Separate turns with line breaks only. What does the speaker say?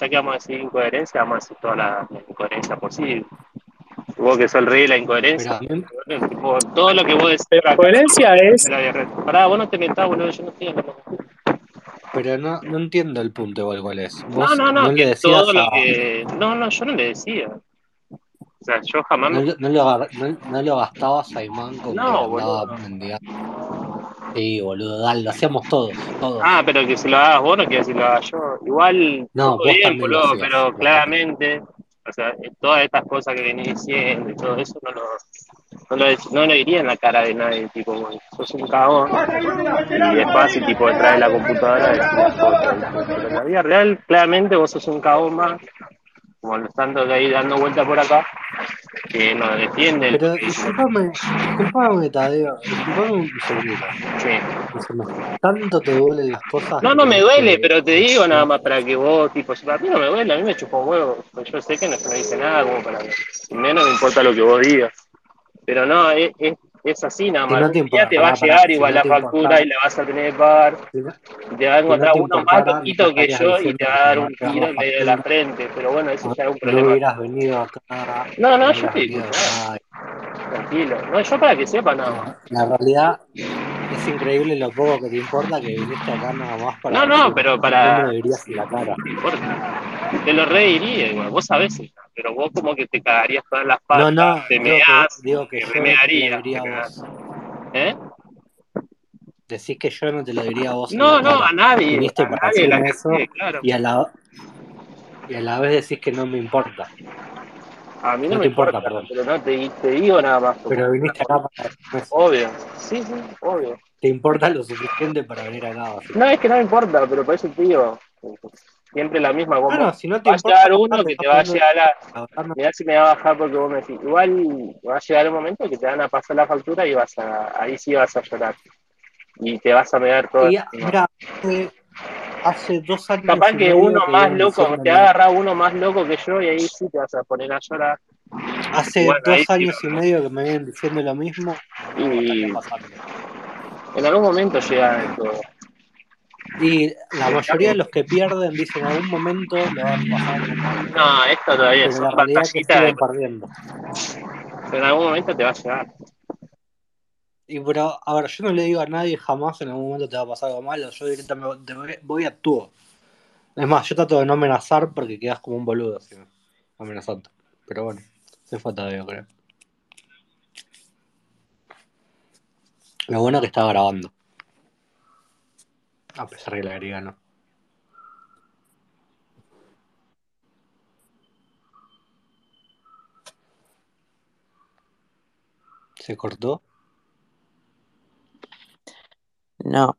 ya que vamos a decir incoherencia, vamos a decir toda la, la incoherencia posible. Vos que sos el rey de la incoherencia. Vos- todo lo que vos decís.
Pero la coherencia es.
me la voy a re- Pará, vos no te mentás, boludo, yo no estoy hablando.
Pero no, no entiendo el punto igual cuál es.
No,
Vos
no, no,
le
que
decías
todo lo
a-
que. No, no, yo no le decía. O sea, yo jamás
No,
me.
lo- no lo, agar- no, no lo gastabas a Imán con
No,
que andaba
boludo.
mendigando. Sí, boludo, dale, lo hacíamos todos, todos.
Ah, pero que si lo hagas vos no quiere decir lo haga yo. Igual,
No,
todo
vos
bien,
también
boludo,
lo hacías.
pero claramente, o sea, todas estas cosas que venís diciendo y todo eso no lo, no lo, no lo diría en la cara de nadie, tipo, bueno, sos un cagón. Y es fácil, tipo, detrás de la computadora decir las cosas. Pero en la vida real, claramente vos sos un cagón más, como lo están todos ahí dando vuelta por acá, que nos defiende.
Pero
que-
disculpame, disculpame, Tadeo, disculpame un segundito.
que-
que se me- Tanto te duelen las cosas.
No, no me
que-
duele,
que-
pero te digo nada más para que vos, tipo, si para mí no me duele, a mí me chupó un huevo. Pues yo sé que no se me dice nada, como para mí. Menos me importa lo que vos digas. Pero no, es, es, es así nada
Que
más.
no te
Un día
importa,
te va a
pará,
llegar
pará,
igual
que
la
no te
factura
importa.
y la vas a tener que pagar.
que no-
Y te va a
que no
encontrar
te
uno más
importara,
poquito que
estarías
yo y
diciendo
te va a dar
que
un
no,
tiro en
capaz
medio de
que
la
no.
frente. Pero bueno, eso ya es un
No
problema.
hubieras venido acá.
No, no, yo
hubieras
te
venido
digo,
acá.
Tranquilo. No, yo para que sepa nada más.
La realidad es increíble lo poco que te importa que viniste acá nada más para.
No, no,
decir,
pero para-
No me verías en la cara.
No importa. Te lo reiría igual, vos sabés, eso, pero vos como que te cagarías todas las
No,
patas,
no,
te
digo
meás,
que, digo que
te
yo
remearías,
no te lo diría
te
a vos.
¿eh?
Decís que yo no te lo diría a vos. en este
No,
la
no,
cara.
a nadie.
Viniste
a
para
nadie la
hacerme
cagué, claro.
Y a la. Y a la vez decís que no me importa.
A mí no,
no
me
te importa,
importa,
perdón.
pero no te, te digo nada más. porque-
Pero viniste acá para. pues,
Obvio, sí, sí, obvio.
Te importa lo suficiente para venir acá. así.
No, es que no me importa, pero por eso te digo, siempre la misma. Vos
Ah, no, si no te
va a
importa.
llegar uno que
estás
te va a
poniendo-
llegar a...
agarrando-
Mirá si me va a bajar porque vos me decís, igual va a llegar un momento que te van a pasar la factura y vas a, ahí sí vas a llorar. Y te vas a mear todo.
Y,
encima.
mira, hace, hace dos años.
Capaz
y
que
medio
uno más
vienen
loco,
diciéndome-
te va a agarrar uno más loco que yo y ahí sí te vas a poner a llorar.
Hace
Bueno, ahí
dos
sí,
años y
¿no?
medio que me vienen diciendo lo mismo.
Y
está pasando.
en algún momento llega esto.
Y la mayoría de los que pierden dicen en algún momento lo van a pasar.
No, esto todavía
Pero
es
la
una
realidad es que
pantallita,
siguen perdiendo.
pero en algún momento te va a llegar.
Y pero, a ver, yo no le digo a nadie jamás en algún momento te va a pasar algo malo. Yo directamente voy- voy a tu. Es más, yo trato de no amenazar porque quedas como un boludo así, amenazando. Pero bueno, se fue todavía, creo. Lo bueno que estaba grabando. A pesar que la agrega no. ¿Se cortó?
No,